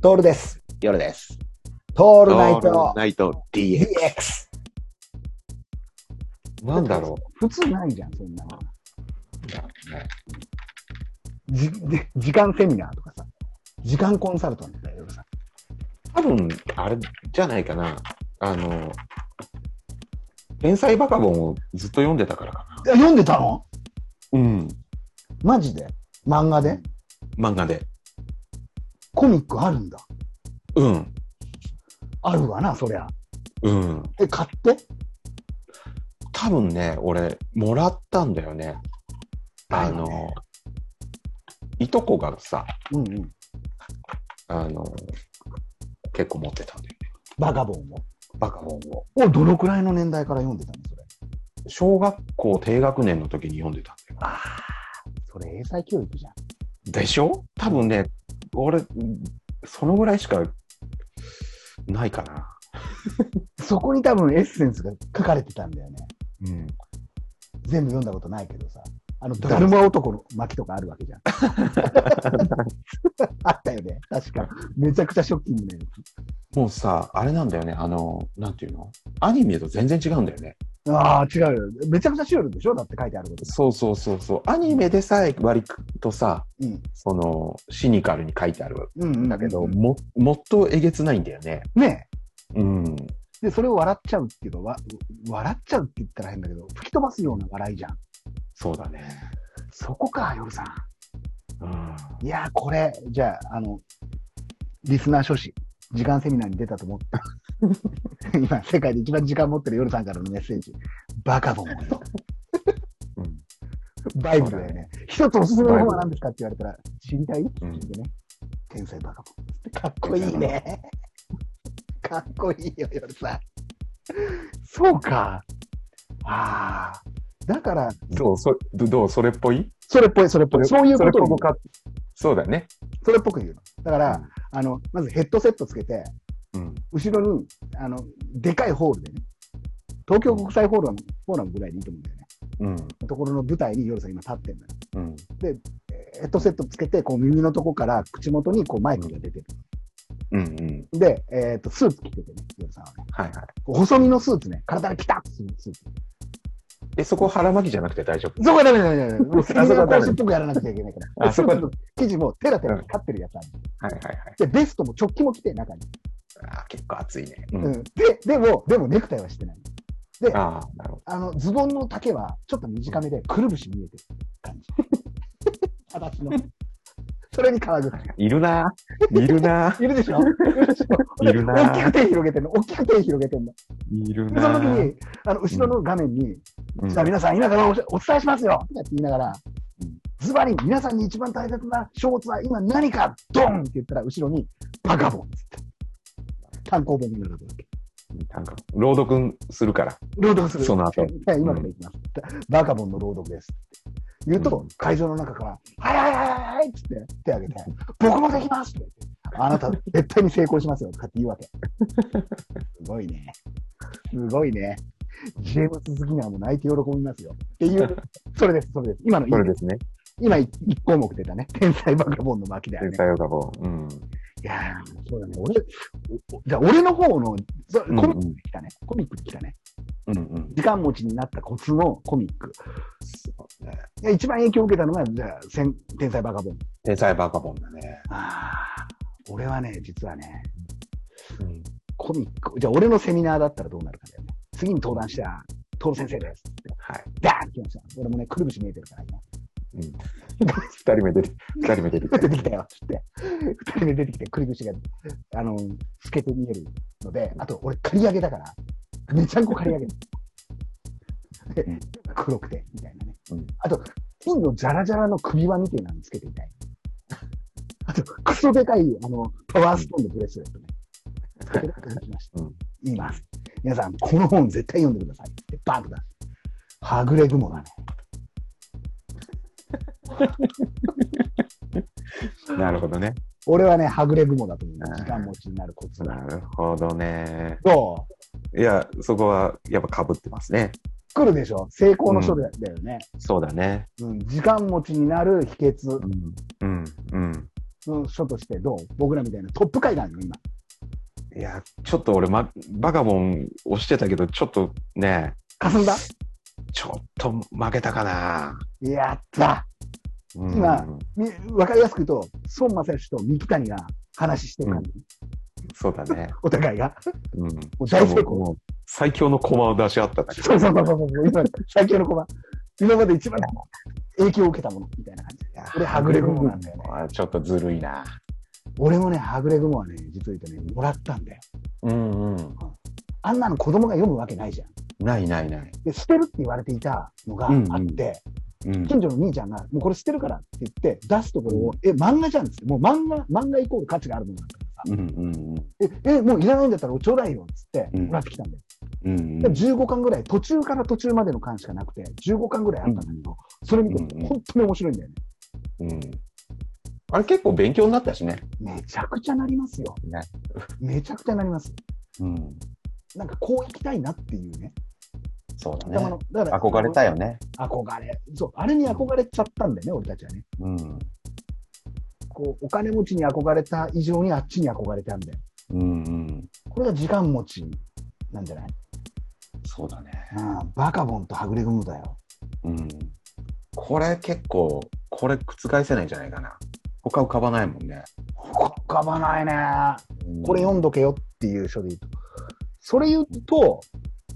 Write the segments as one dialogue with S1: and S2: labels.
S1: トールです。
S2: 夜です。
S1: ト
S2: オ
S1: ールナイト
S2: ナイト DX。
S1: DX。
S2: なんだろ
S1: う。普通ないじゃん、そんなの。じ、で時間セミナーとかさ。時間コンサルタントだよ、夜さん。
S2: う。多分、あれじゃないかな。あの、天才バカボンをずっと読んでたからか
S1: え
S2: な。
S1: 読んでたの
S2: うん。
S1: マジで漫画で
S2: 漫画で。
S1: コミックあるんだ。
S2: うん。
S1: あるわな、そりゃ。
S2: うん。
S1: え、買って
S2: 多分ね、俺、もらったんだよね。あの、
S1: だよね
S2: いとこがさ、
S1: うんうん。
S2: あの、結構持ってたんだよね。
S1: バカボンを。
S2: バカボンを。
S1: お、どのくらいの年代から読んでたのそれ。
S2: 小学校低学年の時に読んでたんだよ。
S1: ああ。それ英才教育じゃん。
S2: でしょ多分ね、俺、そのぐらいしかないかな。
S1: そこに多分エッセンスが書かれてたんだよね。
S2: うん。
S1: 全部読んだことないけどさ、あの、だるま男の巻とかあるわけじゃん。あったよね、確か。めちゃくちゃショッキングなや
S2: もうさ、あれなんだよね。あの、なんていうのアニメと全然違うんだよね。
S1: つ。ああ、違うよ。めちゃくちゃシュールでしょだって書いてあること。
S2: そうそうそうそう。アニメでさえ割とさ、
S1: うん。
S2: その、シニカルに書いてある
S1: うん、うん。
S2: んだけど、も、もっとえげつないんだよね。
S1: ね
S2: うん。
S1: えで、それを笑っちゃうっていうか、わ、笑っちゃうって言ったら変だけど、吹き飛ばすような笑いじゃん。
S2: そうだね。
S1: そこか、夜さん。
S2: うん。
S1: いやー、これ、じゃあ、あの、リスナー諸子、時間セミナーに出たと思った。今、世界で一番時間持ってる夜さんからのメッセージ。バカボンをよ。
S2: うん。
S1: バイブルだよね。一つおすすめの本は何ですかって言われたら、知りたいって
S2: う
S1: 聞
S2: ん
S1: いてね。天才バカボンって。かっこいいね。かっこいいよ、夜さん。そうか。ああ。だから、
S2: どうそどどうそれっぽい
S1: それっぽい、それっぽい。そういうことを言う
S2: か。そうだね。
S1: それっぽく言うの。だから、あの、まずヘッドセットつけて、
S2: うん。
S1: 後ろに、あの、でかいホールでね、東京国際ホールのフォーラムぐらいでいいと思うんだよね。
S2: うん。
S1: ところの舞台に夜さん今立ってんだよ。
S2: うん。
S1: ヘッドセットつけて、こう耳のとこから口元にこうマイクが出てる。
S2: うん。うん。
S1: で、えっ、と、スーツ着ててね、夜さんはね。
S2: はいはい。
S1: こう細身のスーツね、体がピタッとするスーツ。
S2: え、そこ腹巻きじゃなくて大丈夫
S1: そこはダメだダメだ。もうスキニ
S2: あそこ
S1: ア
S2: は
S1: コ
S2: ダメ
S1: ースっぽくやらなくちゃいけないから。
S2: あそこは
S1: スーツの生地もテラテラ光ってるやつある。
S2: はいはいはい。
S1: で、ベストも直帰も着て、中に。
S2: あー結構暑いね。う
S1: うん。で、でも、でもネクタイはしてない。
S2: ああ、なるほ
S1: あの、ズボンの丈はちょっと短めで、くるぶし見えてる感じ。形の。それに革靴。
S2: ど。いるな。いるな。
S1: いるでしょいるでしょ
S2: いるな
S1: 大きく手広げてんの。大きく手広げてんの。
S2: いる
S1: でその
S2: な。
S1: 時に、あの、後ろの画面に、
S2: うん
S1: さあ皆さん、今からおお伝えしますよとかって言いながら
S2: うん、
S1: ズバリ皆さんに一番大切な書物は今何かドンって言ったら後ろにバカボンっつって。単行本に並ぶわけ。
S2: なんか、朗読するから。
S1: 朗読する。
S2: その後
S1: はい今からいきます。バカボンの朗読です。言うと、
S2: うん
S1: 会場の中から、はいはいはいはいはいっつって手挙げ て、僕もできますって言ってあなた絶対に成功しますよとかって言うわけ。すごいね。すごいね。ジェームス・好きなも泣いて喜びますよ。っていう、それです、それです。今の
S2: これですね。
S1: 今1項目出たね。天才バカボンの巻だよ
S2: 天
S1: ね。
S2: 才ヨガボー。うん。
S1: いやーそうだね。俺、おじゃあ俺の方の、そコミックに来たね。コミックに来たね。
S2: うんうん。
S1: 時間持ちになったコツのコミック。
S2: そうね
S1: いや一番影響を受けたのが、じゃあ、先天才バカボン。
S2: 天才バカボンだね。
S1: ああ。俺はね、実はね、
S2: うん。
S1: コミック、じゃあ俺のセミナーだったらどうなるかだよね。次に登壇した、トール先生です。
S2: はい。
S1: ダーンって来ました。俺もね、くるぶし見えてるから、今。
S2: 二人目出て、二人目出てきた
S1: 出てきたよ、つって。二人目出てきて、くるぶしが、あの、透けて見えるので、あと俺、刈り上げだから、めちゃんこ刈り上げ。で
S2: うん
S1: 黒くて、みたいなね。
S2: うん
S1: あと、金のジャラジャラの首輪みたいなのつけてみたい。あと、クソでかい、あの、パワーストーンのブレスレ ットね。つけてきました
S2: うん。
S1: 言います。皆さん、この本絶対読んでください。って、バーンと出す。はぐれ雲がね。
S2: なるほどね。
S1: 俺はね、はぐれ雲だと思う。
S2: あー
S1: 時間持ちになるコツ
S2: な
S1: は。
S2: るほどね。
S1: どう
S2: いや、そこはやっぱ被ってますね。
S1: 来るでしょ成功の書だだよね、
S2: そうだね。
S1: うん時間持ちになる秘訣。
S2: うん。うん。うん。
S1: の書としてどう僕らみたいなトップ会なのよ、今。
S2: いや、ちょっと俺、ま、バカボン押してたけど、ちょっとね、
S1: 霞んだ
S2: ちょっと負けたかな。
S1: やった
S2: うん
S1: 今みわかりやすく言うと、孫正義と三木谷が話してる感じ。
S2: そうだね。
S1: お互いが。
S2: うん。
S1: う大成功
S2: しかももう最強の駒を出し合っただけ。
S1: そうそうそうそう。今、最強の駒。今まで一番影響を受けたもの、みたいな感じ。俺はぐれ雲なんだよね
S2: あーちょっとずるいな。
S1: 俺もね、はぐれ雲はね、実を言うとね、もらったんだよ。
S2: うんうん。
S1: あんなの子供が読むわけないじゃん。
S2: ないないない。
S1: で、捨てるって言われていたのがあ
S2: うんうん
S1: って、
S2: うん
S1: 近所の兄ちゃんが、もうこれ捨てるからって言って、出すところを、え、漫画じゃんっつって、もう漫画、漫画イコール価値があるものなんだからさ
S2: うんうん
S1: え、え、もういらないんだったらちょうだいよっつって、
S2: うん
S1: もらってきたんだよ。
S2: うん。うん
S1: で15巻ぐらい、途中から途中までの巻しかなくて、15巻ぐらいあったんだけど、それ見て
S2: うんうん
S1: 本当に面白いんだよね。
S2: うん。あれ結構勉強になったしね。
S1: めちゃくちゃなりますよ。
S2: ね
S1: めちゃくちゃなります。
S2: うん。
S1: なんかこう行きたいなっていうね。
S2: そうだ
S1: 頭
S2: ね
S1: の。だから
S2: 憧れたよね。
S1: 憧れ。そう、あれに憧れちゃったんだよね、俺たちはね。
S2: うん。
S1: こう、お金持ちに憧れた以上にあっちに憧れたんだよ。
S2: うんうん。
S1: これが時間持ちなんじゃない
S2: そうだね。
S1: うん、バカボンとはぐれ組むだよ。
S2: うん。これ結構、これ覆せないんじゃないかな。他浮かばないもんね。
S1: 浮かばないね。これ読んどけよっていう書で言うと。それ言うと、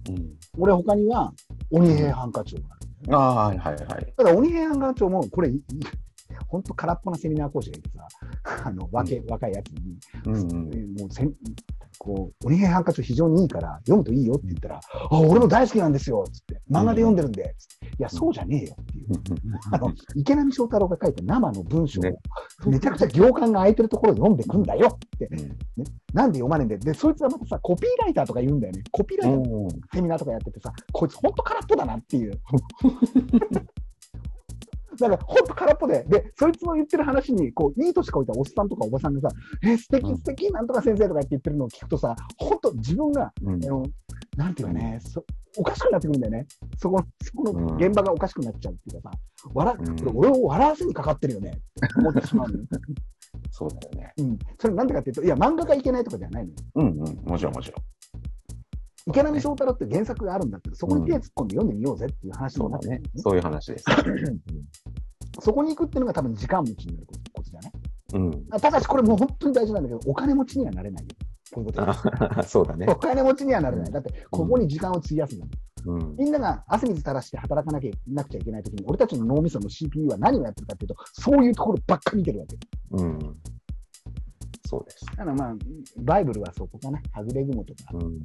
S2: うん。
S1: 俺他には、鬼平犯科帳がある。
S2: ああ、はいはいはい。
S1: ただ、鬼平犯科帳も、これ、本当空っぽなセミナー講師がいてさ、 あの、若い若いやつに、
S2: うんうん。
S1: もうせんこう、鬼平犯科帳非常にいいから、読むといいよって言ったら、あ、俺も大好きなんですよっつって、漫画で読んでるんで、つっていや、そうじゃねえよっていう。あの、池波正太郎が書いた生の文章を
S2: ね、
S1: めちゃくちゃ行間が空いてるところを読んでくんだよって、
S2: うん
S1: なんで読まねえんだよ。で、そいつはまたさ、コピーライターとか言うんだよね。コピーライターの
S2: うん
S1: セミナーとかやっててさ、こいつほんと空っぽだなっていう。 だからほんと空っぽで、で、そいつの言ってる話に、こう、いい年こいたおっさんとかおばさんがさ、え、素敵
S2: うん
S1: 素敵なんとか先生とかって言ってるのを聞くとさ、ほんと自分が、
S2: うん
S1: あの、なんていうかね、そおかしくなってくるんだよね。そこ、そこの現場がおかしくなっちゃうっていうかさ、笑
S2: うん
S1: これ俺を笑わせにかかってるよねって思ってしまう のよ。
S2: そうだよね。
S1: うん。それなんでかっていうと、いや、漫画がいけないとかじゃないのよ。
S2: うんうん。もちろんもちろん。
S1: 池波正太郎って原作があるんだって、そこに手突っ込んで読んでみようぜっていう話
S2: そ
S1: に
S2: う
S1: な
S2: だ
S1: って
S2: ね
S1: くる。のね
S2: そういう話です。
S1: そこに行くっていうのが多分時間持ちになることことじゃない
S2: うん。
S1: あただしこれもう本当に大事なんだけど、お金持ちにはなれないよ。こういうことです。
S2: あ そうだね
S1: お。金持ちにはなれない。だって、ここに時間を費やすの。
S2: うん。
S1: みんなが汗水垂らして働かなきゃなくちゃいけないときに、俺たちの脳みその CPU は何をやってるかっていうと、そういうところばっか見てるわけ。
S2: うん。そうです。
S1: だからまあ、バイブルはそこかな。はぐれ雲とか、
S2: うん。